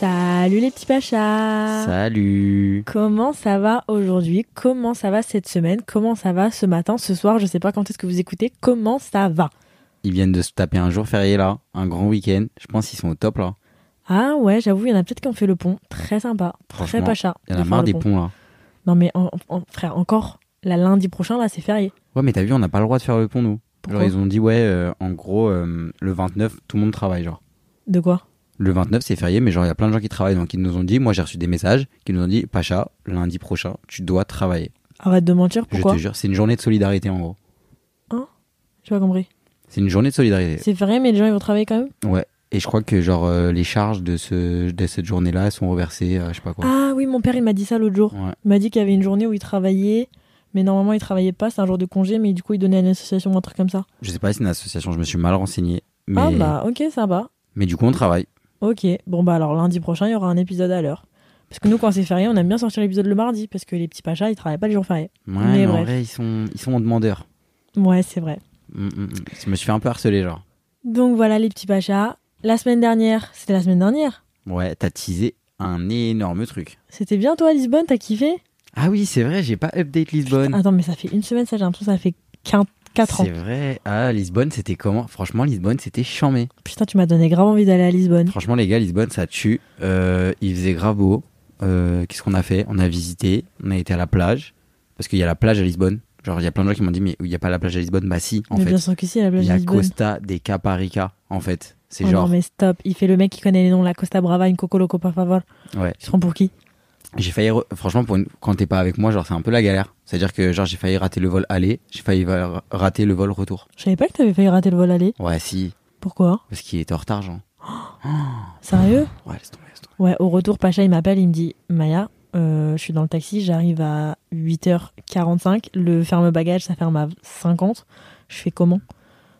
Salut les petits pachas Salut Comment ça va aujourd'hui Comment ça va cette semaine Comment ça va ce matin, ce soir Je sais pas quand est-ce que vous écoutez. Comment ça va Ils viennent de se taper un jour férié là, un grand week-end. Je pense qu'ils sont au top là. Ah ouais, j'avoue, il y en a peut-être qui ont fait le pont. Très sympa. Très Franchement, pacha. Il y en de a faire marre le des pont. ponts là. Non mais en- en- frère, encore, la lundi prochain, là, c'est férié. Ouais, mais t'as vu, on n'a pas le droit de faire le pont nous. Pourquoi genre, ils ont dit, ouais, euh, en gros, euh, le 29, tout le monde travaille. Genre, De quoi le 29, c'est férié, mais genre, il y a plein de gens qui travaillent. Donc, ils nous ont dit, moi, j'ai reçu des messages qui nous ont dit, Pacha, lundi prochain, tu dois travailler. Arrête de mentir, pourquoi Je te jure, c'est une journée de solidarité en gros. J'ai pas compris. C'est une journée de solidarité. C'est férié, mais les gens, ils vont travailler quand même Ouais. Et je crois que, genre, euh, les charges de, ce, de cette journée-là, elles sont reversées, à je sais pas quoi. Ah oui, mon père, il m'a dit ça l'autre jour. Ouais. Il m'a dit qu'il y avait une journée où il travaillait, mais normalement, il travaillait pas, c'est un jour de congé, mais du coup, il donnait à une association ou un truc comme ça. Je sais pas si c'est une association, je me suis mal renseigné. Mais, Ah bah, ok, ça va. mais du coup, on travaille. Ok, bon bah alors lundi prochain, il y aura un épisode à l'heure. Parce que nous, quand c'est férié, on aime bien sortir l'épisode le mardi, parce que les petits pachas, ils travaillent pas les jours fériés. Ouais, Mais mais, bref. en vrai, ils sont, ils sont en demandeur. Ouais, c'est vrai. Mm, mm, mm. Je me suis fait un peu harceler, genre. Donc voilà, les petits pachas. La semaine dernière, c'était la semaine dernière. Ouais, t'as teasé un énorme truc. C'était bien toi, Lisbonne, t'as kiffé Ah oui, c'est vrai, j'ai pas update Lisbonne. Attends, mais ça fait une semaine, ça, j'ai l'impression que ça fait 4 ans. C'est vrai. Ah, Lisbonne, c'était comment Franchement, Lisbonne, c'était chambé. Putain, tu m'as donné grave envie d'aller à Lisbonne. Franchement, les gars, Lisbonne, ça tue. Euh, il faisait grave beau. Euh, Qu'est-ce qu'on a fait On a visité, on a été à la plage. Parce qu'il y a la plage à Lisbonne. Genre, il y a plein de gens qui m'ont dit, mais il n'y a pas la plage à Lisbonne Bah si, en mais fait. bien sûr que si, à la Il plage y de a Lisbonne. Costa des Caparica, en fait. C'est Oh genre. Non mais stop, il fait le mec qui connaît les noms, la Costa Brava, une Coco Loco, par favor. Ouais. Tu te prends pour qui J'ai failli, re- franchement, pour une- quand t'es pas avec moi, genre c'est un peu la galère. C'est-à-dire que genre j'ai failli rater le vol aller, j'ai failli va- rater le vol retour. Je savais pas que t'avais failli rater le vol aller. Ouais, si, Pourquoi parce qu'il était en retard, genre. Sérieux Ouais, laisse tomber, laisse tomber. Ouais, au retour, Pacha, il m'appelle, il me dit Maya, euh, je suis dans le taxi, j'arrive à 8h45, le ferme bagage, ça ferme à 50. Je fais comment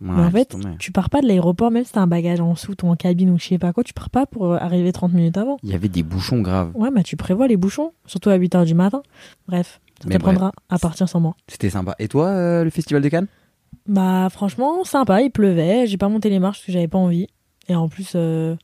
Ouais, Mais en laisse fait, tomber. Tu pars pas de l'aéroport, même si t'as un bagage en soute ou en cabine ou je sais pas quoi, tu pars pas pour euh, arriver 30 minutes avant. il y avait des bouchons graves. Ouais, bah tu prévois les bouchons, surtout à 8h du matin. Bref, ça Mais bref. t'apprendra à partir sans moi. C'était sympa. Et toi, euh, le festival de Cannes Bah franchement, sympa, il pleuvait, j'ai pas monté les marches parce que j'avais pas envie. Et en plus, euh,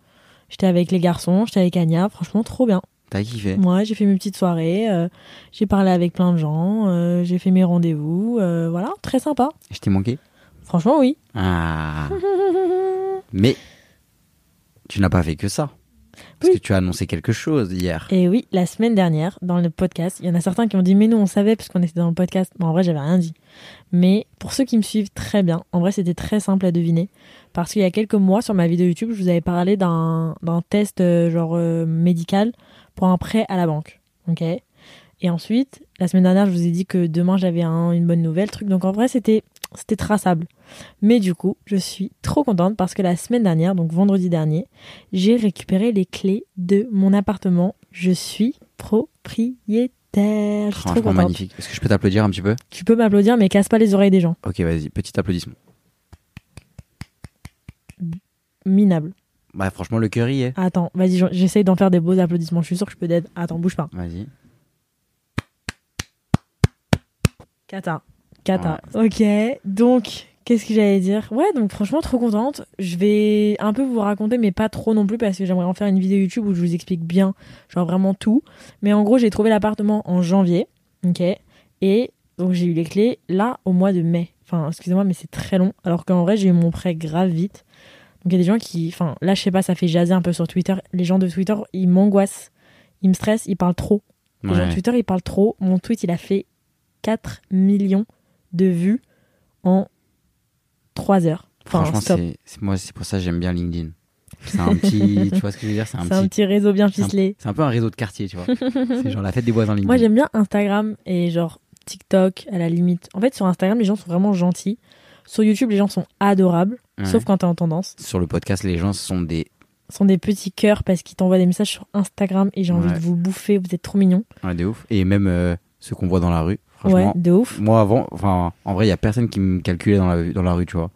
j'étais avec les garçons, j'étais avec Anya, franchement trop bien. T'as kiffé Moi, j'ai fait mes petites soirées, euh, j'ai parlé avec plein de gens, euh, j'ai fait mes rendez-vous, euh, voilà, très sympa. Je t'ai manqué Franchement, oui. Ah. Mais tu n'as pas fait que ça. Parce Oui. que tu as annoncé quelque chose hier. Et oui, la semaine dernière, dans le podcast, il y en a certains qui ont dit, mais nous, on savait parce qu'on était dans le podcast. Mais en vrai, j'avais rien dit. Mais pour ceux qui me suivent très bien, en vrai, c'était très simple à deviner. Parce qu'il y a quelques mois, sur ma vidéo YouTube, je vous avais parlé d'un d'un test euh, genre euh, médical pour un prêt à la banque. Ok Et ensuite, la semaine dernière, je vous ai dit que demain, j'avais un- une bonne nouvelle, truc. Donc en vrai, c'était c'était traçable. Mais du coup, je suis trop contente parce que la semaine dernière, donc vendredi dernier, j'ai récupéré les clés de mon appartement. Je suis propriétaire. Je suis trop Franchement contente. magnifique. Est-ce que je peux t'applaudir un petit peu Tu peux m'applaudir, mais casse pas les oreilles des gens. Ok, vas-y, petit applaudissement. Minable. Bah franchement, le cœur y est. Attends, vas-y, j'en- j'essaye d'en faire des beaux applaudissements. Je suis sûre que je peux t'aider. Attends, bouge pas. Vas-y. Kata. Kata. Ok, donc, qu'est-ce que j'allais dire Ouais, donc franchement, trop contente. Je vais un peu vous raconter, mais pas trop non plus, parce que j'aimerais en faire une vidéo YouTube où je vous explique bien, genre vraiment tout. Mais en gros, j'ai trouvé l'appartement en janvier, ok Et donc, j'ai eu les clés là, au mois de mai. Enfin, excusez-moi, mais c'est très long, alors qu'en vrai, j'ai eu mon prêt grave vite. Donc, il y a des gens qui. Enfin, là, je sais pas, ça fait jaser un peu sur Twitter. Les gens de Twitter, ils m'angoissent. Ils me stressent, ils parlent trop. Les gens de Ouais. Twitter, ils parlent trop. Mon tweet, il a fait 4 millions de vues en 3 heures. Enfin, Franchement, stop. c'est- c'est moi, c'est pour ça que j'aime bien LinkedIn. C'est un petit, tu vois ce que je veux dire, c'est un C'est un petit, petit réseau bien c'est un- Mm. ficelé. c'est un peu un réseau de quartier, tu vois. c'est genre la fête des voisins LinkedIn. Moi, j'aime bien Instagram et genre TikTok, à la limite. En fait, sur Instagram, les gens sont vraiment gentils. Sur YouTube, les gens sont adorables, Ouais. sauf quand t'es en tendance. Sur le podcast, les gens sont des. Ce sont des petits cœurs parce qu'ils t'envoient des messages sur Instagram et j'ai envie Ouais. de vous bouffer, vous êtes trop mignons. Ouais, des ouf. Et même euh, ceux qu'on voit dans la rue. Ouais, Franchement, de ouf. moi avant, enfin, en vrai, il y a personne qui me calculait dans la, dans la rue, tu vois.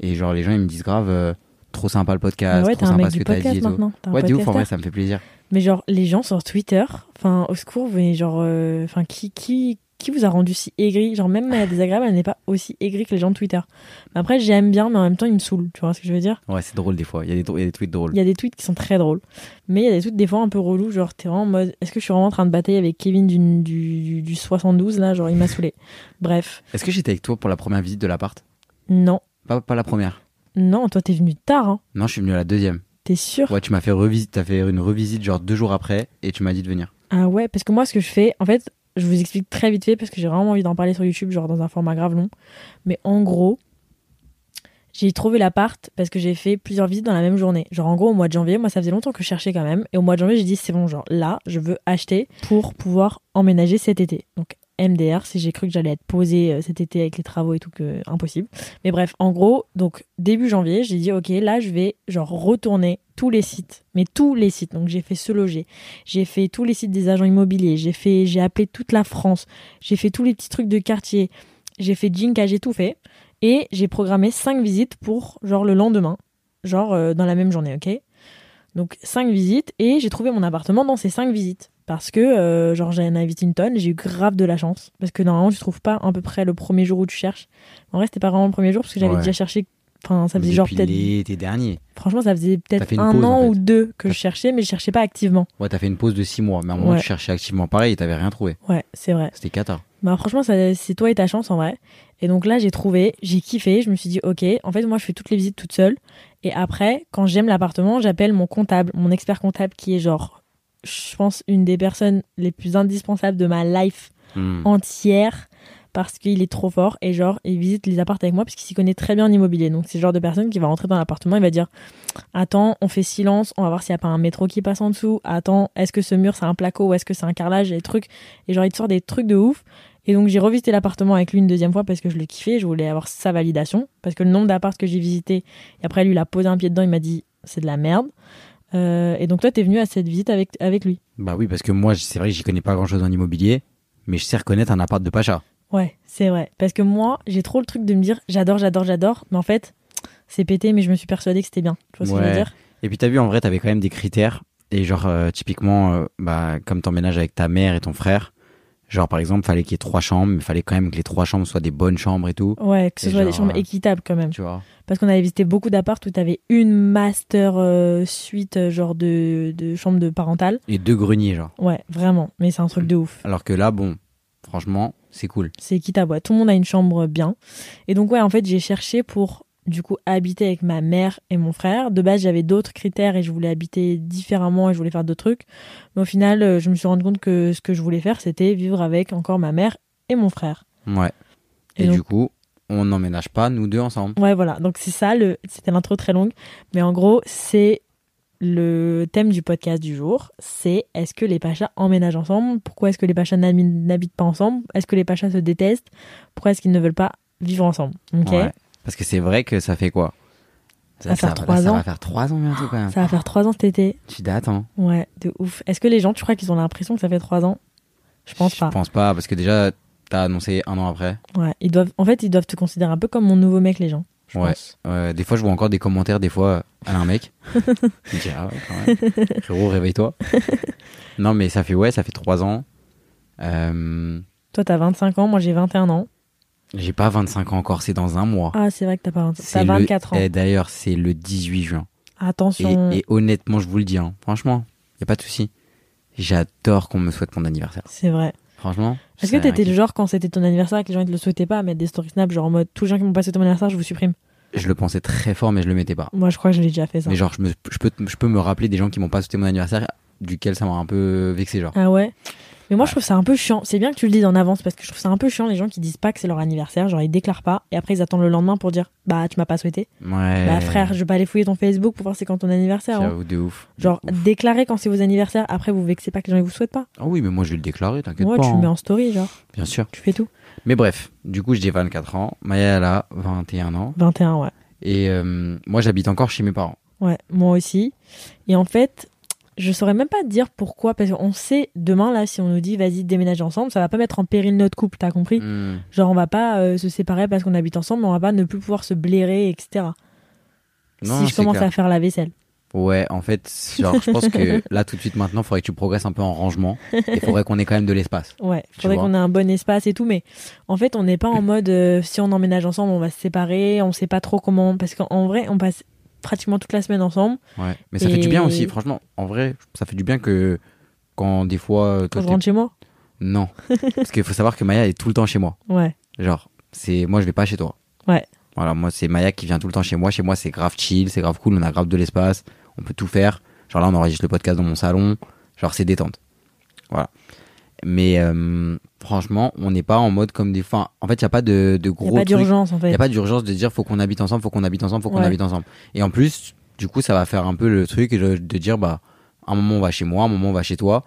Et genre, les gens, ils me disent grave, euh, trop sympa le podcast, ouais, trop t'es un sympa mec ce que du t'as dit podcast et tout. maintenant. T'es un Ouais, des ouf, en podcasteur. vrai, ça me fait plaisir. Mais genre, les gens sur Twitter, enfin, au secours, mais genre, euh, enfin, qui, qui, qui vous a rendu si aigri Genre, même ma désagréable, elle n'est pas aussi aigrie que les gens de Twitter. Mais après, j'aime bien, mais en même temps, ils me saoulent, tu vois ce que je veux dire Ouais, c'est drôle des fois. Il y, a des dro- il y a des tweets drôles. Il y a des tweets qui sont très drôles, mais il y a des tweets des fois un peu relous, genre, t'es vraiment en mode, est-ce que je suis vraiment en train de batailler avec Kevin du, du, du- du 72 là Genre, il m'a saoulé. Bref, Est-ce que j'étais avec toi pour la première visite de l'appart non, pas, pas la première. non, toi, t'es venu tard, hein Non, je suis venu à la deuxième. T'es sûr Ouais, tu m'as fait revisite, t'as fait une revisite genre deux jours après et tu m'as dit de venir. Ah ouais, parce que moi, ce que je fais, en fait, je vous explique très vite fait parce que j'ai vraiment envie d'en parler sur YouTube, genre dans un format grave long. Mais en gros, j'ai trouvé l'appart parce que j'ai fait plusieurs visites dans la même journée. Genre, en gros, au mois de janvier, moi, ça faisait longtemps que je cherchais quand même. Et au mois de janvier, j'ai dit, c'est bon, genre là, je veux acheter pour pouvoir emménager cet été. Donc, MDR, si j'ai cru que j'allais être posée euh, cet été avec les travaux et tout, que impossible. Mais bref, en gros, donc début janvier, j'ai dit, ok, là, je vais genre retourner tous les sites, mais tous les sites. Donc, j'ai fait se loger, j'ai fait tous les sites des agents immobiliers, j'ai fait, j'ai appelé toute la France, j'ai fait tous les petits trucs de quartier, j'ai fait Jinka, j'ai tout fait. Et j'ai programmé 5 visites pour genre le lendemain, genre euh, dans la même journée, ok Donc 5 visites et j'ai trouvé mon appartement dans ces 5 visites. Parce que, euh, genre, j'ai invité une tonne, j'ai eu grave de la chance. Parce que normalement, tu trouves pas à peu près le premier jour où tu cherches. En vrai, c'était pas vraiment le premier jour parce que j'avais Ouais. déjà cherché. Enfin, ça faisait genre Depuis peut-être. l'été dernier. Franchement, ça faisait peut-être fait une un pause, an en fait. ou deux que je cherchais, mais je cherchais pas activement. Ouais, t'as fait une pause de six mois, mais à un moment Ouais. tu cherchais activement pareil et t'avais rien trouvé. Ouais, c'est vrai. C'était cata. Bah franchement, ça- c'est toi et ta chance en vrai. Et donc là, j'ai trouvé, j'ai kiffé, je me suis dit, ok, en fait, moi, je fais toutes les visites toute seule. Et après, quand j'aime l'appartement, j'appelle mon comptable, mon expert comptable, qui est genre, je pense, une des personnes les plus indispensables de ma life Hmm. entière, parce qu'il est trop fort. Et genre, il visite les appartes avec moi, parce qu'il s'y connaît très bien en immobilier. Donc c'est le genre de personne qui va rentrer dans l'appartement, il va dire, attends, on fait silence, on va voir s'il n'y a pas un métro qui passe en dessous, attends, est-ce que ce mur, c'est un placo ou est-ce que c'est un carrelage, des trucs. Et genre, il te sort des trucs de ouf. Et donc j'ai revisité l'appartement avec lui une deuxième fois parce que je le kiffais, je voulais avoir sa validation. Parce que le nombre d'appartes que j'ai visité, et après lui il a posé un pied dedans, il m'a dit c'est de la merde. Euh, et donc toi t'es venu à cette visite avec, avec lui. Bah oui, parce que moi, j- c'est vrai que j'y connais pas grand chose en immobilier, mais je sais reconnaître un appart de Pacha. Ouais, c'est vrai. Parce que moi j'ai trop le truc de me dire j'adore, j'adore, j'adore, mais en fait c'est pété, mais je me suis persuadée que c'était bien. Tu vois ce que je veux Ouais. dire Et puis t'as vu, en vrai, t'avais quand même des critères. Et genre, euh, typiquement, euh, bah, comme t'emménages avec ta mère et ton frère, genre par exemple, fallait qu'il y ait trois chambres, mais fallait quand même que les trois chambres soient des bonnes chambres et tout. Ouais, que ce Et soit des genre, chambres euh, équitables quand même. Tu vois Parce qu'on avait visité beaucoup d'appartes où t'avais une master euh, suite, euh, genre de, de chambre de parentale. Et deux greniers, genre. Ouais, vraiment. Mais c'est un Mm. truc de ouf. Alors que là, bon, franchement, c'est cool. C'est équitable. ouais. Tout le monde a une chambre bien. Et donc, ouais, en fait, j'ai cherché pour, du coup, habiter avec ma mère et mon frère. De base, j'avais d'autres critères et je voulais habiter différemment et je voulais faire d'autres trucs. Mais au final, euh, je me suis rendu compte que ce que je voulais faire, c'était vivre avec encore ma mère et mon frère. Ouais. Et Et, donc- du coup, on n'emménage pas, nous deux ensemble. Ouais, voilà. Donc, c'est ça. Le... C'était l'intro très longue. Mais en gros, c'est le thème du podcast du jour. C'est est-ce que les Pachas emménagent ensemble Pourquoi est-ce que les Pachas n'habi- n'habitent pas ensemble Est-ce que les Pachas se détestent Pourquoi est-ce qu'ils ne veulent pas vivre ensemble Ok Ouais. Parce que c'est vrai que ça fait quoi Ça va faire trois Ça ans. va faire trois ans bientôt quand même. Ça va faire trois ans cet été. Tu dates, hein Ouais, de ouf. Est-ce que les gens, tu crois qu'ils ont l'impression que ça fait trois ans Je pense pas. Je pense pas, parce que déjà, t'as annoncé un an après. Ouais, ils doivent. En fait, ils doivent te considérer un peu comme mon nouveau mec, les gens. Je Ouais. pense. Euh, des fois, je vois encore des commentaires, des fois, à un mec. Je me dis, ah ouais, quand même. Frérot, réveille-toi. non, mais ça fait, ouais, ça fait trois ans. Euh, Toi, t'as 25 ans, moi j'ai 21 ans. J'ai pas 25 ans encore, c'est dans un mois. Ah, c'est vrai que t'as pas 25 C'est T'as le- 24 ans. Eh, D'ailleurs, c'est le 18 juin. Et, Attention. et honnêtement, je vous le dis, hein, franchement, y a pas de souci. J'adore qu'on me souhaite mon anniversaire. C'est vrai. Franchement. Est-ce que c'est t'étais un le genre quand c'était ton anniversaire et que les gens ils te le souhaitaient pas à mettre des stories snap genre en mode tous les gens qui m'ont passé ton anniversaire je vous supprime. kiff. Je le pensais très fort, mais je le mettais pas. Moi je crois que je l'ai déjà fait ça. Mais genre, je, me- je peux, je peux me rappeler des gens qui m'ont pas souhaité mon anniversaire, duquel ça m'a un peu vexé, genre. Ah ouais. Mais moi, je trouve ça un peu chiant. C'est bien que tu le dises en avance parce que je trouve ça un peu chiant les gens qui disent pas que c'est leur anniversaire, genre ils déclarent pas et après ils attendent le lendemain pour dire bah tu m'as pas souhaité. Ouais. Bah frère, je vais pas aller fouiller ton Facebook pour voir c'est quand ton anniversaire. hein. Eh. J'avoue, de ouf. de Genre ouf. déclarer quand c'est vos anniversaires, après vous vexez pas que les gens ils vous souhaitent pas. Ah oui, mais moi je vais le déclarer, t'inquiète Moi, pas. tu hein. le mets en story, genre Bien sûr. tu fais tout. Mais bref, du coup, j'ai 24 ans. Maya, elle a 21 ans. 21, ouais. Et euh, moi, j'habite encore chez mes parents. Ouais, moi aussi. Et en fait, je saurais même pas te dire pourquoi, parce qu'on sait demain, là, si on nous dit vas-y, déménage ensemble, ça va pas mettre en péril notre couple, t'as compris Hmm. Genre, on va pas euh, se séparer parce qu'on habite ensemble, mais on va pas ne plus pouvoir se blairer, etc. Non, si je c'est commence clair. à faire la vaisselle. Ouais, en fait, genre, je pense que là, tout de suite, maintenant, faudrait que tu progresses un peu en rangement. Et faudrait qu'on ait quand même de l'espace. Ouais, Tu faudrait vois. qu'on ait un bon espace et tout, mais en fait, on n'est pas en mode euh, si on emménage ensemble, on va se séparer, on sait pas trop comment, parce qu'en vrai, on passe pratiquement toute la semaine ensemble. Ouais. Mais ça fait du bien Et- aussi, franchement. En vrai, ça fait du bien que quand des fois. euh, toi, Quand je t'es- rentre chez moi Non. Parce qu'il faut savoir que Maya est tout le temps chez moi. Ouais, Genre, c'est moi je vais pas chez toi. Ouais. Voilà, moi c'est Maya qui vient tout le temps chez moi. Chez moi c'est grave chill, c'est grave cool, on a grave de l'espace, on peut tout faire. Genre là on enregistre le podcast dans mon salon, genre c'est détente. Voilà. Mais euh, franchement, on n'est pas en mode comme des fois. En fait, il n'y a pas de, de y a gros. pas trucs. d'urgence en Y fait. a pas d'urgence de dire faut qu'on habite ensemble, faut qu'on habite ensemble, faut qu'on Ouais. habite ensemble. Et en plus, du coup, ça va faire un peu le truc de, de dire bah un moment on va chez moi, un moment on va chez toi.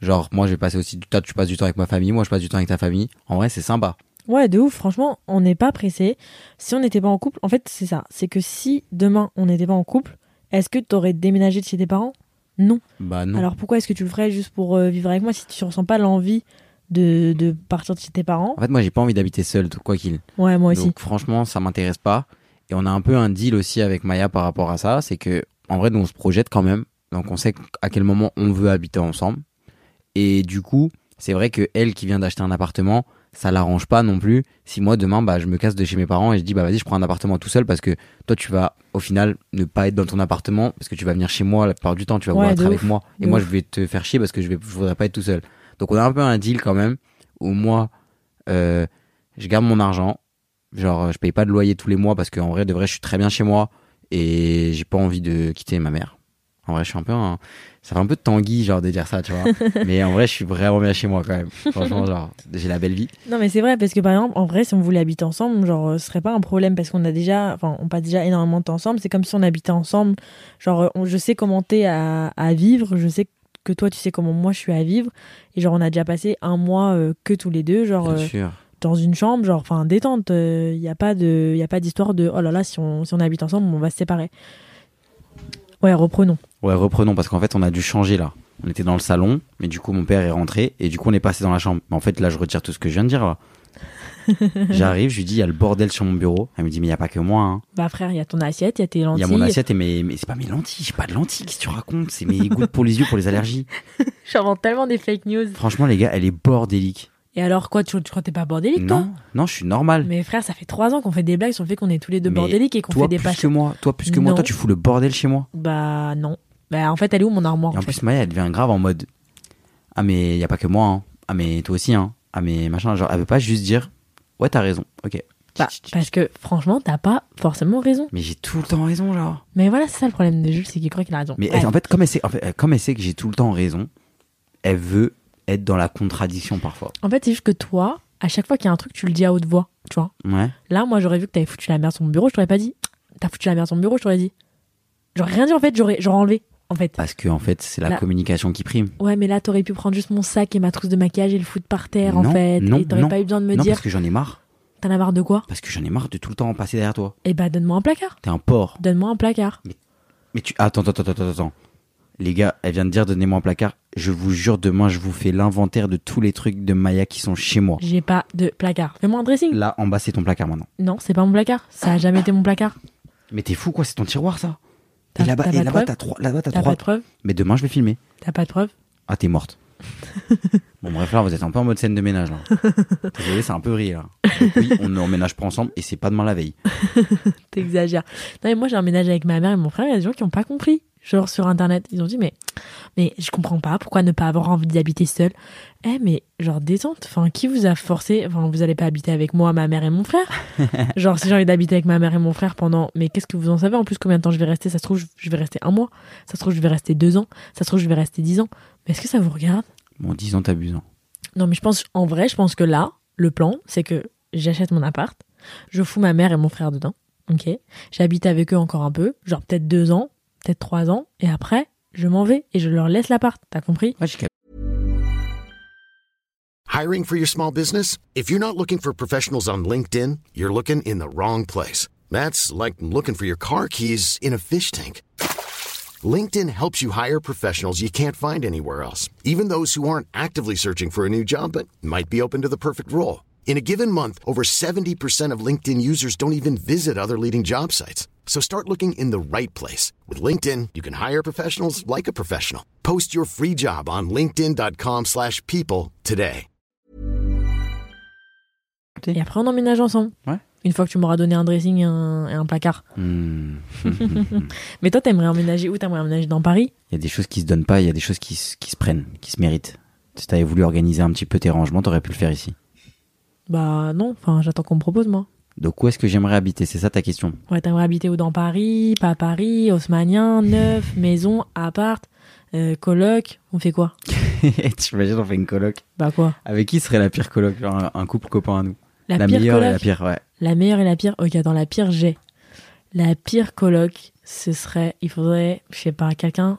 Genre moi je vais passer aussi du temps, tu passes du temps avec ma famille, moi je passe du temps avec ta famille. En vrai c'est sympa. Ouais, de ouf, franchement, on n'est pas pressé. Si on n'était pas en couple, en fait, c'est ça. C'est que si demain on n'était pas en couple, est-ce que t'aurais déménagé de chez tes parents non. Bah non. Alors pourquoi est-ce que tu le ferais juste pour euh, vivre avec moi si tu ressens pas l'envie de, de partir de chez tes parents En fait, moi, j'ai pas envie d'habiter seul, tout- quoi qu'il. Ouais, moi aussi. Donc, franchement, ça m'intéresse pas. Et on a un peu un deal aussi avec Maya par rapport à ça. C'est que, en vrai, nous, on se projette quand même. Donc, on sait à quel moment on veut habiter ensemble. Et du coup, c'est vrai que elle qui vient d'acheter un appartement, ça l'arrange pas non plus. Si moi, demain, bah, je me casse de chez mes parents et je dis, bah, vas-y, je prends un appartement tout seul parce que toi, tu vas, au final, ne pas être dans ton appartement parce que tu vas venir chez moi la plupart du temps. Tu vas Ouais, vouloir être de avec ouf, moi. Et de moi, ouf. je vais te faire chier parce que je vais, je voudrais pas être tout seul. Donc, on a un peu un deal quand même où moi, euh, je garde mon argent. Genre, je paye pas de loyer tous les mois parce qu'en vrai, de vrai, je suis très bien chez moi et j'ai pas envie de quitter ma mère. En vrai, je suis un peu un. Ça fait un peu de tanguy, genre, de dire ça, tu vois. Mais en vrai, je suis vraiment bien chez moi quand même. Franchement, genre, j'ai la belle vie. Non, mais c'est vrai, parce que par exemple, en vrai, si on voulait habiter ensemble, genre, euh, ce serait pas un problème parce qu'on a déjà, enfin, on passe déjà énormément de temps ensemble. C'est comme si on habitait ensemble. Genre, euh, on- je sais comment t'es à, à vivre, je sais que toi, tu sais comment moi je suis à vivre. Et genre, on a déjà passé un mois euh, que tous les deux, genre, Bien euh, sûr. dans une chambre, genre, enfin, détente. Il n'y a pas de- y a pas d'histoire de, oh là là, si on, si on habite ensemble, on va se séparer. Ouais, reprenons. Ouais, reprenons parce qu'en fait, on a dû changer là. On était dans le salon, mais du coup, mon père est rentré et du coup, on est passé dans la chambre. Mais en fait, là, je retire tout ce que je viens de dire là. J'arrive, je lui dis, il y a le bordel sur mon bureau. Elle me dit, mais il n'y a pas que moi. hein. Bah, frère, il y a ton assiette, il y a tes Il lentilles. y a mon assiette et mes. Mais c'est pas mes lentilles, j'ai pas de lentilles, qu'est-ce que tu racontes C'est mes gouttes pour les yeux, pour les allergies. J'invente tellement des fake news. Franchement, les gars, elle est bordélique. Et alors, quoi, tu, tu crois que t'es pas bordélique, toi Non, non, je suis normal. Mais frère, ça fait trois ans qu'on fait des blagues sur le fait qu'on est tous les deux Mais bordéliques et qu'on Toi, fait des plus passions. que moi, toi, plus que moi, Non. toi, tu fous le bordel chez moi. Bah non. Bah en fait, elle est où mon armoire Et en en fait plus, Maya, elle devient grave en mode Ah, mais y a pas que moi, hein. Ah, mais toi aussi, hein. Ah, mais machin. Genre, elle veut pas juste dire Ouais, t'as raison, ok. Bah, Parce que franchement, t'as pas forcément raison. Mais j'ai tout le temps raison, genre. Mais voilà, c'est ça le problème de Jules, c'est qu'il croit qu'il a raison. Mais Ouais. elle- en, fait, comme elle sait, en fait, comme elle sait que j'ai tout le temps raison, elle veut être dans la contradiction parfois. En fait, c'est juste que toi, à chaque fois qu'il y a un truc, tu le dis à haute voix, tu vois. Ouais. Là, moi, j'aurais vu que t'avais foutu la merde sur mon bureau, je t'aurais pas dit. T'as foutu la merde sur mon bureau, je t'aurais dit. J'aurais rien dit en fait, j'aurais j'aurais enlevé. En fait. Parce que, en fait, c'est la Là. communication qui prime. Ouais, mais là, t'aurais pu prendre juste mon sac et ma trousse de maquillage et le foutre par terre, en Non, fait. non, et t'aurais non. pas eu besoin de me non, dire, parce que j'en ai marre. t'en as marre de quoi Parce que j'en ai marre de tout le temps passer derrière toi. Eh bah, donne-moi un placard. T'es un porc. Donne-moi un placard. Mais tu. Attends, attends, attends, attends, attends. Les gars, elle vient de dire donnez-moi un placard. Je vous jure, demain, je vous fais l'inventaire de tous les trucs de Maya qui sont chez moi. J'ai pas de placard. Fais-moi un dressing. Là, en bas, c'est ton placard maintenant. Non, c'est pas mon placard. Ça a jamais été mon placard. Mais t'es fou, quoi, c'est ton tiroir, ça. T'as- et là-bas, t'as et pas de là-bas, preuve t'as trois. Là-bas, t'as T'as trois. pas de preuve Mais demain, je vais filmer. T'as pas de preuve Ah, t'es morte. bon, bref, là, vous êtes un peu en mode scène de ménage, là. Désolé, c'est un peu rire, là. Donc oui, on ne emménage pas ensemble et c'est pas demain la veille. T'exagères. Non, mais moi, j'ai emménagé avec ma mère et mon frère. Il y a des gens qui ont pas compris. Genre sur internet, ils ont dit, mais, mais je comprends pas. Pourquoi ne pas avoir envie d'habiter seul Eh, mais genre détente. Enfin, qui vous a forcé Enfin, vous allez pas habiter avec moi, ma mère et mon frère Genre, si j'ai envie d'habiter avec ma mère et mon frère pendant. Mais qu'est-ce que vous en savez En plus, combien de temps je vais rester Ça se trouve, je- je vais rester un mois. Ça se trouve, je vais rester deux ans. Ça se trouve, je vais rester dix ans. Mais est-ce que ça vous regarde Bon, 10 ans, t'abuses. hein. Non, mais je pense, en vrai, je pense que là, le plan, c'est que j'achète mon appart, je fous ma mère et mon frère dedans, ok J'habite avec eux encore un peu, genre peut-être deux ans, peut-être trois ans, et après, je m'en vais et je leur laisse l'appart, t'as compris Ouais, j'ai cap- Hiring for your small business? If you're not looking for professionals on LinkedIn, you're looking in the wrong place. That's like looking for your car keys in a fish tank. LinkedIn helps you hire professionals you can't find anywhere else, even those who aren't actively searching for a new job but might be open to the perfect role. In a given month, over 70% of LinkedIn users don't even visit other leading job sites. So start looking in the right place. With LinkedIn, you can hire professionals like a professional. Post your free job on linkedin.com/people slash people today. Et après, on emménage ensemble. Ouais. Une fois que tu m'auras donné un dressing et un, et un placard. Hmm. Mais toi, t'aimerais emménager où T'aimerais emménager dans Paris Il y a des choses qui se donnent pas, il y a des choses qui, se- qui se prennent, qui se méritent. Si t'avais voulu organiser un petit peu tes rangements, t'aurais pu le faire ici. Bah non, enfin, j'attends qu'on me propose, moi. Donc où est-ce que j'aimerais habiter C'est ça ta question Ouais, t'aimerais habiter où dans Paris Pas Paris Haussmanien Neuf Maison Appart euh, Coloc On fait quoi T'imagines, on fait une coloc. Bah quoi Avec qui serait la pire coloc Genre un- un couple copain à nous. La, la pire meilleure coloc et la pire, ouais. La meilleure et la pire Ok, dans la pire, j'ai. La pire coloc, ce serait... Il faudrait, je sais pas, quelqu'un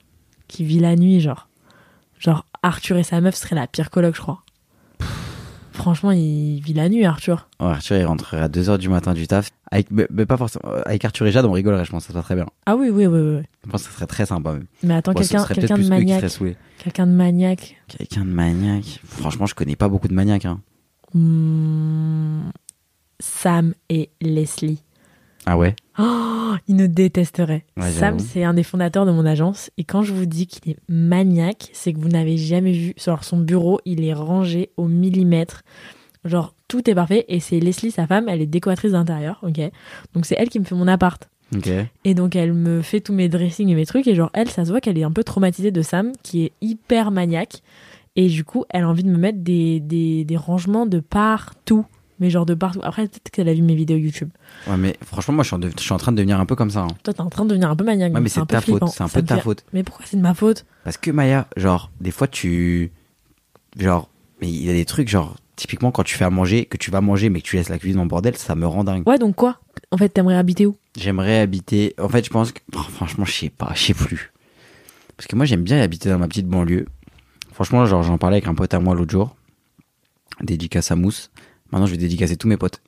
qui vit la nuit, genre. Genre Arthur et sa meuf serait la pire coloc, je crois. Franchement, il vit la nuit, Arthur. Ouais, Arthur, il rentrerait à 2h du matin du taf. Avec, mais, mais pas forcément. euh, Avec Arthur et Jade, on rigolerait, je pense, ça serait très bien. Ah oui, oui, oui, oui. oui. Je pense que ça serait très sympa même. Mais attends, Bon, ce quelqu'un serait quelqu'un peut-être de plus eux qui maniaque. seraient saoulés. Quelqu'un de maniaque. Quelqu'un de maniaque. Franchement, je connais pas beaucoup de maniaques. hein. Hmm, Sam et Leslie. Ah ouais Oh, il nous détesterait. Ouais, Sam, j'avoue. c'est un des fondateurs de mon agence. Et quand je vous dis qu'il est maniaque, c'est que vous n'avez jamais vu. Genre, son bureau, il est rangé au millimètre. Genre, tout est parfait. Et c'est Leslie, sa femme, elle est décoratrice d'intérieur. Ok. Donc, c'est elle qui me fait mon appart. Ok. Et donc, elle me fait tous mes dressings et mes trucs. Et genre, elle, ça se voit qu'elle est un peu traumatisée de Sam, qui est hyper maniaque. Et du coup, elle a envie de me mettre des, des, des rangements de partout. Mais genre de partout. Après, peut-être qu'elle a vu mes vidéos YouTube. Ouais, mais franchement, moi, je suis en, de- je suis en train de devenir un peu comme ça. hein. Toi, t'es en train de devenir un peu maniaque. Ouais, donc mais c'est un de peu ta flippant. faute. C'est un Ça peu me de ta fait- faute. Mais pourquoi c'est de ma faute Parce que Maya, genre, des fois, tu. Genre, mais il y a des trucs, genre, typiquement, quand tu fais à manger, que tu vas manger, mais que tu laisses la cuisine en bordel, ça me rend dingue. Ouais, donc quoi En fait, t'aimerais habiter où J'aimerais habiter. En fait, je pense que. oh, franchement, je sais pas, je sais plus. Parce que moi, j'aime bien habiter dans ma petite banlieue. Franchement, genre, j'en parlais avec un pote à moi l'autre jour. Dédicace à Mousse. Maintenant, je vais dédicacer tous mes potes.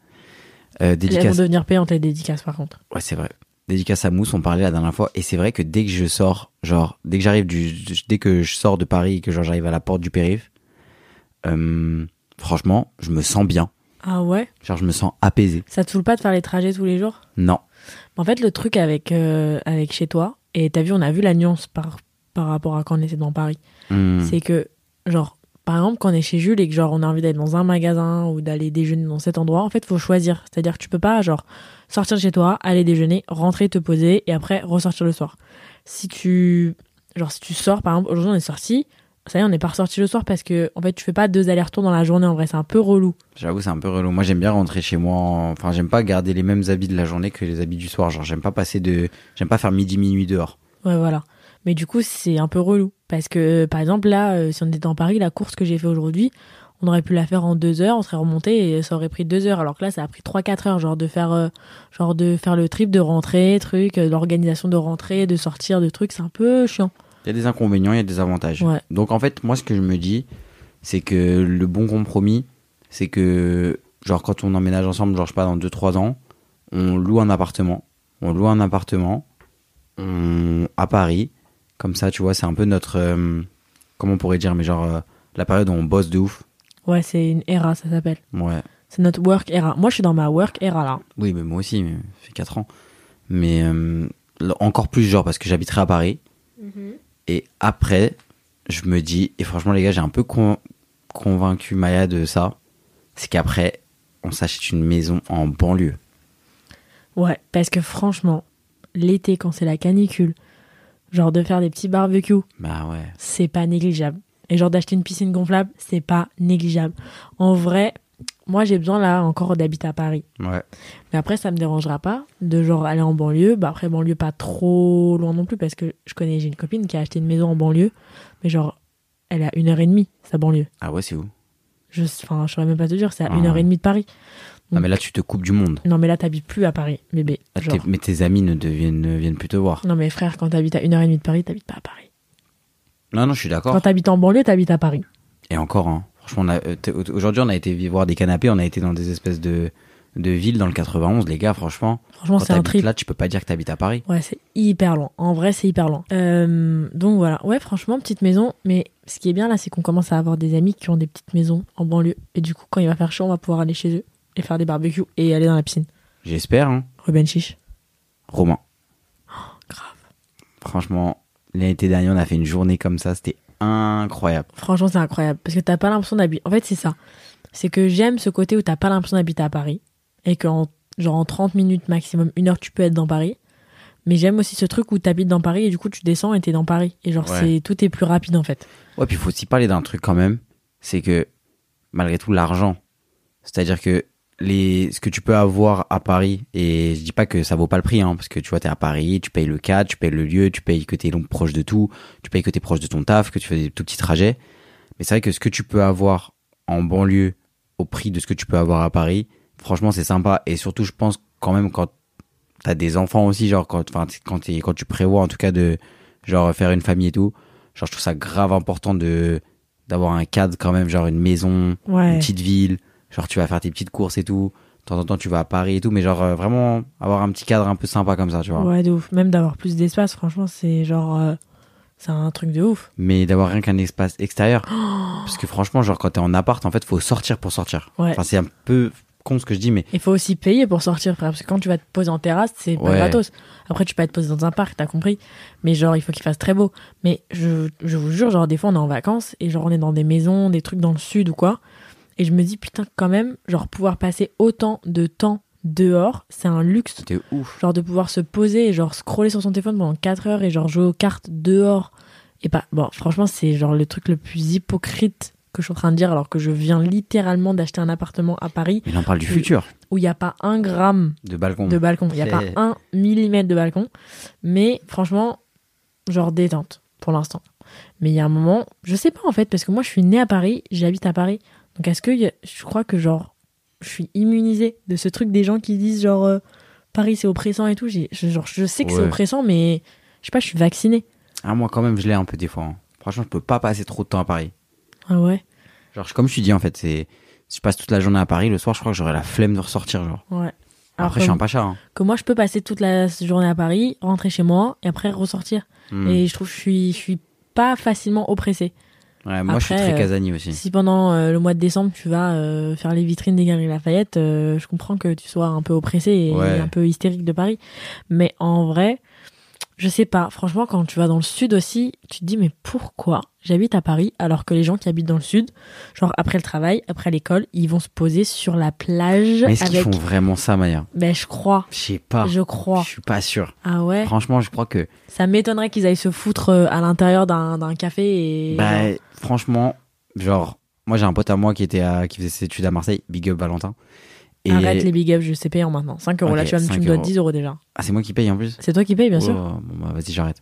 Elles Euh, vont dédicace. devenir payantes, les dédicaces, par contre. Ouais, c'est vrai. Dédicace à Mousse, on parlait la dernière fois. Et c'est vrai que dès que je sors, genre, dès que j'arrive du. Dès que je sors de Paris et que genre, j'arrive à la porte du périph', euh, franchement, je me sens bien. Ah ouais Genre, je me sens apaisé. Ça te saoule pas de faire les trajets tous les jours Non. En fait, le truc avec, euh, avec chez toi, et t'as vu, on a vu la nuance par, par rapport à quand on était dans Paris. Hmm. c'est que genre par exemple quand on est chez Jules et que genre on a envie d'aller dans un magasin ou d'aller déjeuner dans cet endroit en fait faut choisir c'est à dire que tu peux pas genre sortir de chez toi aller déjeuner rentrer te poser et après ressortir le soir si tu genre si tu sors par exemple aujourd'hui on est sorti ça y est on n'est pas ressorti le soir parce que en fait tu fais pas deux allers-retours dans la journée en vrai c'est un peu relou J'avoue, c'est un peu relou. Moi, j'aime bien rentrer chez moi. en- Enfin, j'aime pas garder les mêmes habits de la journée que les habits du soir. Genre, j'aime pas passer de. J'aime pas faire midi, minuit dehors. ouais voilà mais du coup c'est un peu relou parce que par exemple là euh, si on était en Paris la course que j'ai fait aujourd'hui on aurait pu la faire en deux heures, on serait remonté et ça aurait pris deux heures. Alors que là, ça a pris trois, quatre heures, genre de faire, euh, genre de faire le trip, de rentrer, truc, euh, l'organisation de rentrer, de sortir, de trucs, c'est un peu chiant. Il y a des inconvénients, il y a des avantages. Ouais. Donc, en fait, moi, ce que je me dis, c'est que le bon compromis, c'est que, genre, quand on emménage ensemble, genre, je sais pas, dans 2-3 ans, on loue un appartement. On loue un appartement on- à Paris. Comme ça, tu vois, c'est un peu notre. euh, Comment on pourrait dire Mais genre, euh, la période où on bosse de ouf. Ouais, c'est une era, ça s'appelle. Ouais. C'est notre work era. Moi, je suis dans ma work era là. Oui, mais moi aussi, mais ça fait 4 ans. Mais euh, l- encore plus, genre, parce que j'habiterai à Paris. Mm-hmm. Et après, je me dis, et franchement, les gars, j'ai un peu con- convaincu Maya de ça, c'est qu'après, on s'achète une maison en banlieue. Ouais, parce que franchement, l'été, quand c'est la canicule, genre de faire des petits barbecues, Bah ouais. c'est pas négligeable. Et genre d'acheter une piscine gonflable, c'est pas négligeable. En vrai, moi, j'ai besoin là encore d'habiter à Paris. Ouais. Mais après, ça me dérangera pas de genre aller en banlieue. Bah après, banlieue pas trop loin non plus parce que je connais, j'ai une copine qui a acheté une maison en banlieue, mais genre, elle a une heure et demie, sa banlieue. Ah ouais, c'est où Je enfin, je saurais même pas te dire, c'est à Ah. une heure et demie de Paris. Mm. Non, Ah, mais là, tu te coupes du monde. Non, mais là, t'habites plus à Paris, bébé. Là, Genre. Ah, t'es- Mais tes amis ne, deviennent, ne viennent plus te voir. Non, mais frère, quand t'habites à une heure et demie de Paris, t'habites pas à Paris. Non, non, je suis d'accord. Quand t'habites en banlieue, t'habites à Paris. Et encore, hein. franchement, on a- euh, t- aujourd'hui, on a été vi- voir des canapés, on a été dans des espèces de, de villes dans le 91, les gars, franchement. Franchement, quand c'est un t'habites trip. là, tu peux pas dire que t'habites à Paris. Ouais, c'est hyper loin. En vrai, c'est hyper loin. Euh, donc voilà. Ouais, franchement, petite maison. Mais ce qui est bien là, c'est qu'on commence à avoir des amis qui ont des petites maisons en banlieue. Et du coup, quand il va faire chaud, on va pouvoir aller chez eux et faire des barbecues et aller dans la piscine. J'espère, hein. Ruben Chiche. Romain. Grave. Franchement, l'été dernier, on a fait une journée comme ça, c'était incroyable. Franchement, c'est incroyable. Parce que t'as pas l'impression d'habiter. En fait, c'est ça. C'est que j'aime ce côté où t'as pas l'impression d'habiter à Paris. Et qu'en genre en 30 minutes maximum, une heure, tu peux être dans Paris. Mais j'aime aussi ce truc où t'habites dans Paris et du coup, tu descends et t'es dans Paris. Et genre, Ouais. c'est tout est plus rapide en fait. Ouais, puis faut aussi parler d'un truc quand même, c'est que malgré tout, l'argent. C'est-à-dire que les, ce que tu peux avoir à Paris, et je dis pas que ça vaut pas le prix, hein, parce que tu vois, t'es à Paris, tu payes le cadre, tu payes le lieu, tu payes que t'es donc proche de tout, tu payes que t'es proche de ton taf, que tu fais des tout petits trajets. Mais c'est vrai que ce que tu peux avoir en banlieue au prix de ce que tu peux avoir à Paris, franchement, c'est sympa. Et surtout, je pense quand même quand t'as des enfants aussi, genre quand, enfin, t- quand, t'es- quand tu prévois en tout cas de genre faire une famille et tout, genre je trouve ça grave important de d'avoir un cadre quand même, genre une maison, Ouais. une petite ville, genre tu vas faire tes petites courses et tout. De temps en temps, tu vas à Paris et tout, mais genre euh, vraiment avoir un petit cadre un peu sympa comme ça, tu vois. Ouais, de ouf. Même d'avoir plus d'espace, franchement, c'est genre. euh, c'est un truc de ouf. Mais d'avoir rien qu'un espace extérieur. Parce que franchement, genre quand t'es en appart, en fait, faut sortir pour sortir. Ouais. Enfin, c'est un peu con ce que je dis, mais Il faut aussi payer pour sortir, frère, parce que quand tu vas te poser en terrasse, c'est pas Ouais. gratos. Après, tu peux être posé dans un parc, t'as compris. Mais genre, il faut qu'il fasse très beau. Mais je, je vous jure, genre, des fois, on est en vacances et genre, on est dans des maisons, des trucs dans le sud ou quoi. Et je me dis, putain, quand même, genre, pouvoir passer autant de temps dehors, c'est un luxe. c'était ouf. Genre, de pouvoir se poser et genre, scroller sur son téléphone pendant 4 heures et genre, jouer aux cartes dehors. Et pas, bon, franchement, c'est genre le truc le plus hypocrite que je suis en train de dire, alors que je viens littéralement d'acheter un appartement à Paris Mais là, on parle du Oui. futur, où il n'y a pas un gramme de balcon. de balcon. Il n'y a pas Mm. C'est- un millimètre de balcon. Mais franchement, genre détente pour l'instant. Mais il y a un moment, je sais pas en fait, parce que moi je suis née à Paris, j'habite à Paris. Donc est-ce que y a- je crois que genre je suis immunisée de ce truc des gens qui disent genre euh, Paris c'est oppressant et tout. J'ai- Je, genre, je sais que c'est Ouais. oppressant, mais je sais pas, je suis vaccinée. Ah, moi, quand même, je l'ai un peu des fois. hein. Franchement, je peux pas passer trop de temps à Paris. Ah ouais, Genre, comme je suis dit, en fait, c'est. Si je passe toute la journée à Paris, le soir, je crois que j'aurai la flemme de ressortir, genre. ouais. Alors Après, je que, suis un pacha. Hein. que moi je peux passer toute la journée à Paris, rentrer chez moi et après ressortir. Hmm. Et je trouve que je suis, je suis pas facilement oppressée. Ouais, moi, je suis après, très euh, casani aussi. Si pendant euh, le mois de décembre tu vas euh, faire les vitrines des Galeries Lafayette, euh, je comprends que tu sois un peu oppressé et Ouais. un peu hystérique de Paris. Mais en vrai, je sais pas. Franchement, quand tu vas dans le sud aussi, tu te dis mais pourquoi j'habite à Paris alors que les gens qui habitent dans le sud, genre après le travail, après l'école, ils vont se poser sur la plage Mais est-ce qu'ils avec. font vraiment ça, Maya Ben je crois, Je sais pas. je crois. Je suis pas sûr. Ah ouais, Franchement, je crois que. ça m'étonnerait qu'ils aillent se foutre euh, à l'intérieur d'un d'un café et. Bah, franchement, genre, moi, j'ai un pote à moi qui, était à... qui faisait ses études à Marseille, Big Up Valentin. Et... Arrête les big ups, je sais payer en maintenant. 5 euros Ok, là, tu, vas me- tu 5 me dois euros. 10 euros déjà. Ah, c'est moi qui paye en plus C'est toi qui paye, bien sûr. Oh, bon, bah, vas-y, j'arrête.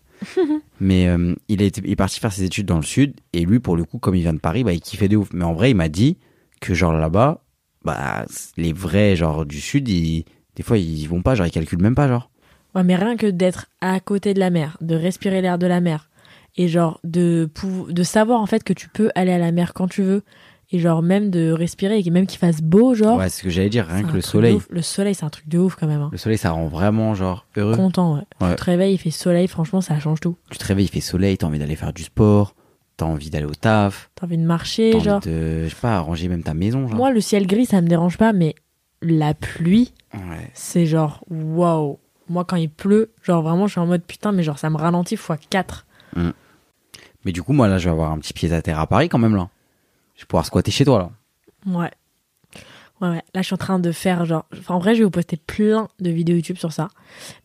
mais euh, il, est, il est parti faire ses études dans le sud. Et lui, pour le coup, comme il vient de Paris, bah, il kiffait de ouf. Mais en vrai, il m'a dit que, genre, là-bas, bah, les vrais, genre, du sud, ils- des fois, ils vont pas, genre, ils calculent même pas, genre. Ouais, mais rien que d'être à côté de la mer, de respirer l'air de la mer, et genre de, pou- de savoir en fait que tu peux aller à la mer quand tu veux, et genre même de respirer, et même qu'il fasse beau, genre. Ouais, c'est ce que j'allais dire, c'est rien un que le truc de soleil. ouf. Le soleil, c'est un truc de ouf quand même. hein. Le soleil, ça rend vraiment, genre, heureux. Content, ouais. Tu Ouais. te réveilles, il fait soleil, franchement, ça change tout. Tu te réveilles, il fait soleil, t'as envie d'aller faire du sport, t'as envie d'aller au taf, T'as envie de t'as marcher, genre. envie de, hein. je sais pas, ranger même ta maison, genre. Moi, le ciel gris, ça me dérange pas, mais la pluie, Ouais. c'est genre waouh. Moi, quand il pleut, genre vraiment, je suis en mode putain, mais genre ça me ralentit fois 4. Mais du coup, moi, là, je vais avoir un petit pied à terre à Paris quand même, là. Je vais pouvoir squatter chez toi, là. Ouais. Ouais, ouais. Là, je suis en train de faire genre. Enfin, en vrai, je vais vous poster plein de vidéos YouTube sur ça.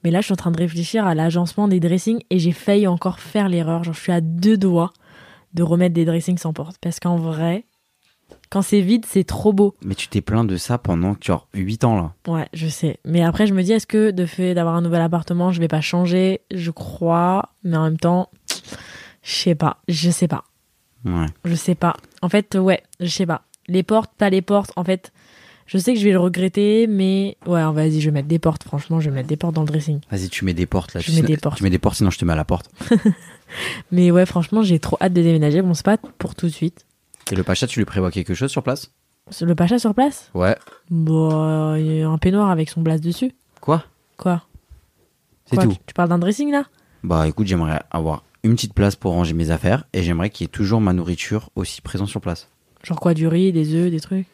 Mais là, je suis en train de réfléchir à l'agencement des dressings et j'ai failli encore faire l'erreur. Genre, je suis à deux doigts de remettre des dressings sans porte. Parce qu'en vrai, quand c'est vide, c'est trop beau. Mais tu t'es plaint de ça pendant, genre, 8 ans, là. Ouais, je sais. Mais après, je me dis, est-ce que de fait d'avoir un nouvel appartement, je vais pas changer Je crois. Mais en même temps, je sais pas. Je sais pas. Ouais. Je sais pas. En fait, euh, ouais, je sais pas. Les portes, pas les portes. En fait, je sais que je vais le regretter, mais ouais, alors, vas-y, je vais mettre des portes. Franchement, je vais mettre des portes dans le dressing. Vas-y, tu mets des portes là. Je Bah, tu- mets sinon- des portes. Tu mets des portes, sinon je te mets à la porte. Mais ouais, franchement, j'ai trop hâte de déménager. Bon, c'est pas pour tout de suite. Et le pacha, tu lui prévois quelque chose sur place Le pacha sur place Ouais. Bon, il y a un peignoir avec son blaze dessus. Quoi Quoi C'est Quoi, tout. Tu, tu parles d'un dressing là Bah écoute, j'aimerais avoir une petite place pour ranger mes affaires et j'aimerais qu'il y ait toujours ma nourriture aussi présente sur place. Genre quoi, du riz, des œufs, des trucs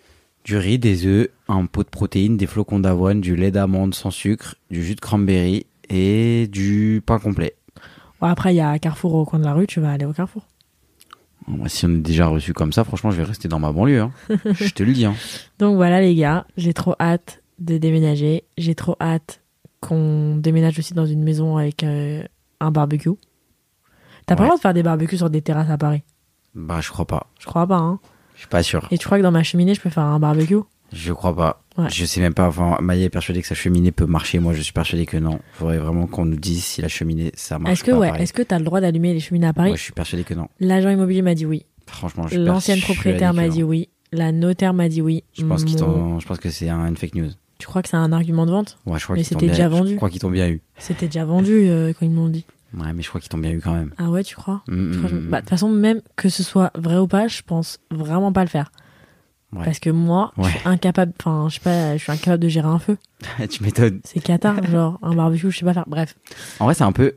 Du riz, des œufs, un pot de protéines, des flocons d'avoine, du lait d'amande sans sucre, du jus de cranberry et du pain complet. Bon, après, il y a Carrefour au coin de la rue, tu vas aller au Carrefour. Moi, si on est déjà reçu comme ça, franchement, je vais rester dans ma banlieue. hein. je te le dis. hein. Donc voilà les gars, j'ai trop hâte de déménager, j'ai trop hâte qu'on déménage aussi dans une maison avec euh, un barbecue. T'as pas Ouais. le droit de faire des barbecues sur des terrasses à Paris Bah, je crois pas. Je crois pas, hein. Je suis pas sûr. Et tu crois que dans ma cheminée, je peux faire un barbecue Je crois pas. Ouais. Je sais même pas. Enfin, Maya est persuadée que sa cheminée peut marcher. Moi, je suis persuadé que non. Faudrait vraiment qu'on nous dise si la cheminée ça marche. Est-ce que ou pas, ouais, pareil. est-ce que t'as le droit d'allumer les cheminées à Paris Moi, je suis persuadé que non. L'agent immobilier m'a dit oui, Franchement, je suis l'ancienne persuadé propriétaire que m'a non. dit oui, la notaire m'a dit oui. Je pense qu'ils Mon- t'ont. Je pense que c'est un- une fake news. Tu crois que c'est un argument de vente Ouais, je crois Mais qu'ils t'ont c'était bien- déjà vendu. Je crois qu'ils t'ont bien eu. C'était déjà vendu euh, quand ils m'ont dit. Ouais, mais je crois qu'ils t'ont bien eu quand même. Ah ouais, tu crois Mm, Je crois que je- mm, bah, De toute façon, même que ce soit vrai ou pas, je pense vraiment pas le faire. Ouais. Parce que moi, je suis incapable, enfin, je sais pas, je suis incapable de gérer un feu. Ah, tu m'étonnes. C'est cata, genre un barbecue, je sais pas faire. Bref, En vrai, c'est un peu.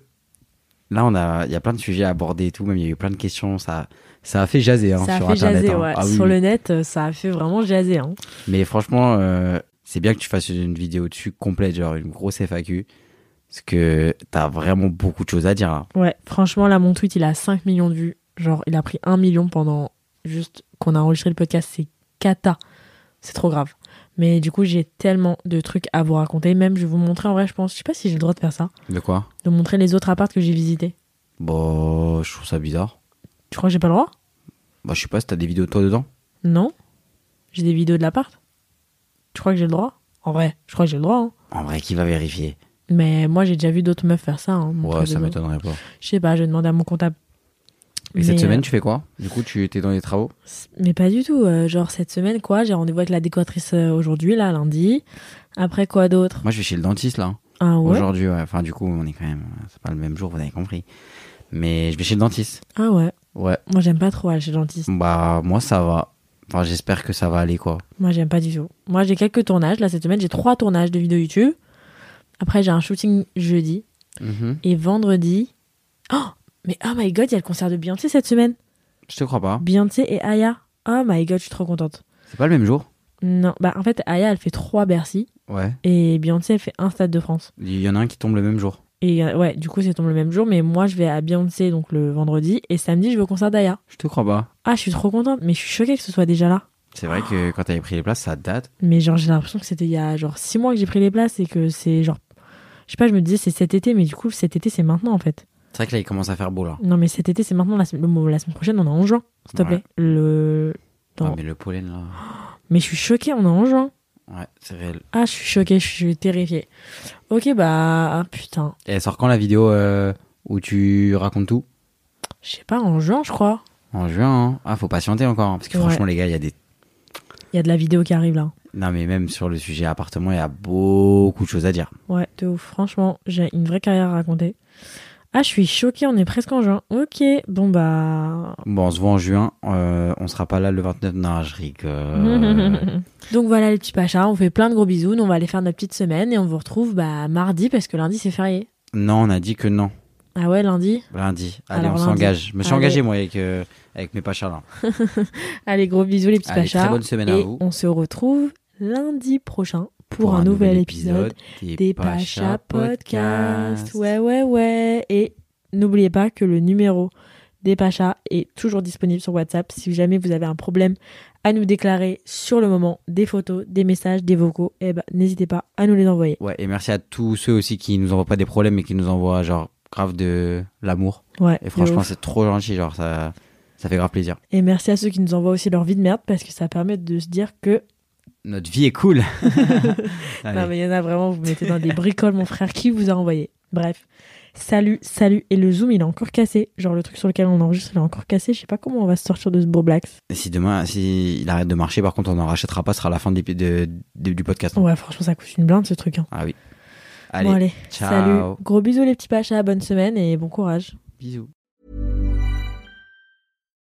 Là, on a, il y a plein de sujets à aborder et tout. Même il y a eu plein de questions. Ça, ça a fait jaser hein, ça a sur fait Internet. jaser, hein. ouais. Ah oui, Sur oui. le net, euh, ça a fait vraiment jaser, hein. Mais franchement, euh, c'est bien que tu fasses une vidéo dessus complète, genre une grosse FAQ. Parce que t'as vraiment beaucoup de choses à dire hein. là. Ouais, franchement, là, mon tweet, il a 5 millions de vues. Genre, il a pris 1 million pendant juste qu'on a enregistré le podcast. C'est cata. C'est trop grave. Mais du coup, j'ai tellement de trucs à vous raconter. Même, je vais vous montrer en vrai, je pense. Je sais pas si j'ai le droit de faire ça. De quoi De montrer les autres appartes que j'ai visités. Bah, je trouve ça bizarre. Tu crois que j'ai pas le droit Bah, je sais pas si t'as des vidéos de toi dedans. Non. J'ai des vidéos de l'appart. Tu crois que j'ai le droit En vrai, je crois que j'ai le droit. hein. En vrai, qui va vérifier Mais moi, j'ai déjà vu d'autres meufs faire ça. hein, montrer Ouais, des ça autres. m'étonnerait pas. Je sais pas, je vais demander à mon comptable. Et cette Mais, euh, semaine, tu fais quoi Du coup, tu étais dans les travaux Mais pas du tout. euh, genre cette semaine, quoi, j'ai rendez-vous avec la décoratrice euh, aujourd'hui, là, lundi. Après, quoi d'autre Moi, je vais chez le dentiste là. hein. Ah ouais Aujourd'hui, ouais. Enfin, du coup, on est quand même. C'est pas le même jour, vous avez compris. Mais je vais chez le dentiste. Ah ouais. Ouais. Moi, j'aime pas trop aller chez le dentiste. Bah, moi, ça va. Enfin, j'espère que ça va aller quoi. Moi, j'aime pas du tout. Moi, j'ai quelques tournages. Là, cette semaine, j'ai trois tournages de vidéos YouTube. Après, j'ai un shooting jeudi. Mhm. Et vendredi. Oh Mais oh my god, il y a le concert de Beyoncé cette semaine. Je te crois pas. Beyoncé et Aya. Oh my god, je suis trop contente. C'est pas le même jour Non, bah en fait, Aya, elle fait trois Bercy. Ouais. Et Beyoncé, elle fait un Stade de France. Il y en a un qui tombe le même jour. Et euh, ouais, du coup, c'est tombe le même jour, mais moi, je vais à Beyoncé donc le vendredi et samedi, je vais au concert d'Aya. Je te crois pas. Ah, je suis trop contente, mais je suis choquée que ce soit déjà là. C'est vrai que quand t'avais pris les places, ça date. Mais genre, j'ai l'impression que c'était il y a genre 6 mois que j'ai pris les places et que c'est genre. Je sais pas, je me disais c'est cet été, mais du coup, cet été, c'est maintenant en fait. C'est vrai que là, il commence à faire beau là. Non, mais cet été, c'est maintenant. La, sem- le mo- la semaine prochaine, on est en juin, s'il te Ouais. plaît. Le. Ah, dans- mais... mais le pollen là. je suis choquée, on est en juin. Ouais, c'est réel. Ah, je suis choquée, je suis terrifiée. Ok, bah. ah, Putain. Et elle sort quand la vidéo euh, où tu racontes tout Je sais pas, en juin, je crois. En juin. hein. Ah, faut patienter encore. hein, parce que Ouais. franchement, les gars, il y a des. Il y a de la vidéo qui arrive là. Non, mais même sur le sujet appartement, il y a beaucoup de choses à dire. Ouais, de ouf. Franchement, j'ai une vraie carrière à raconter. Ah, je suis choquée, on est presque en juin. Ok, bon bah. Bon, on se voit en juin. euh, on sera pas là le 29. Non, je rigole. Donc voilà les petits pachas, on fait plein de gros bisous, nous, on va aller faire notre petite semaine et on vous retrouve bah, mardi parce que lundi c'est férié. non, on a dit que non. Ah ouais, lundi Lundi. Allez, Alors, on lundi. s'engage. Je me suis Allez. engagé, moi, avec, euh, avec mes pachas là. Allez, gros bisous les petits Allez, pachas. très bonne semaine à et vous. On se retrouve lundi prochain pour, un, nouvel, épisode des Pachas Podcast. Ouais, ouais, ouais. Et n'oubliez pas que le numéro des Pachas est toujours disponible sur WhatsApp. Si jamais vous avez un problème à nous déclarer sur le moment, des photos, des messages, des vocaux, eh ben, n'hésitez pas à nous les envoyer. Ouais, et merci à tous ceux aussi qui nous envoient pas des problèmes, mais qui nous envoient genre grave de l'amour. Ouais. Et franchement, de ouf. c'est trop gentil, genre ça, ça fait grave plaisir. Et merci à ceux qui nous envoient aussi leur vie de merde parce que ça permet de se dire que. Notre vie est cool. Allez. Non, mais il y en a vraiment, vous mettez dans des bricoles, mon frère, qui vous a envoyé. Bref. Salut, salut. Et le zoom, il est encore cassé. Genre, le truc sur lequel on enregistre, il est encore cassé. Je sais pas comment on va se sortir de ce beau black. Et si demain, si il arrête de marcher, par contre, on n'en rachètera pas, ce sera la fin de l'épi- de- de- du podcast. Ouais, franchement, ça coûte une blinde, ce truc. hein. Ah oui. Allez, Bon, allez. ciao. Salut. Gros bisous, les petits pachas. Bonne semaine et bon courage. Bisous.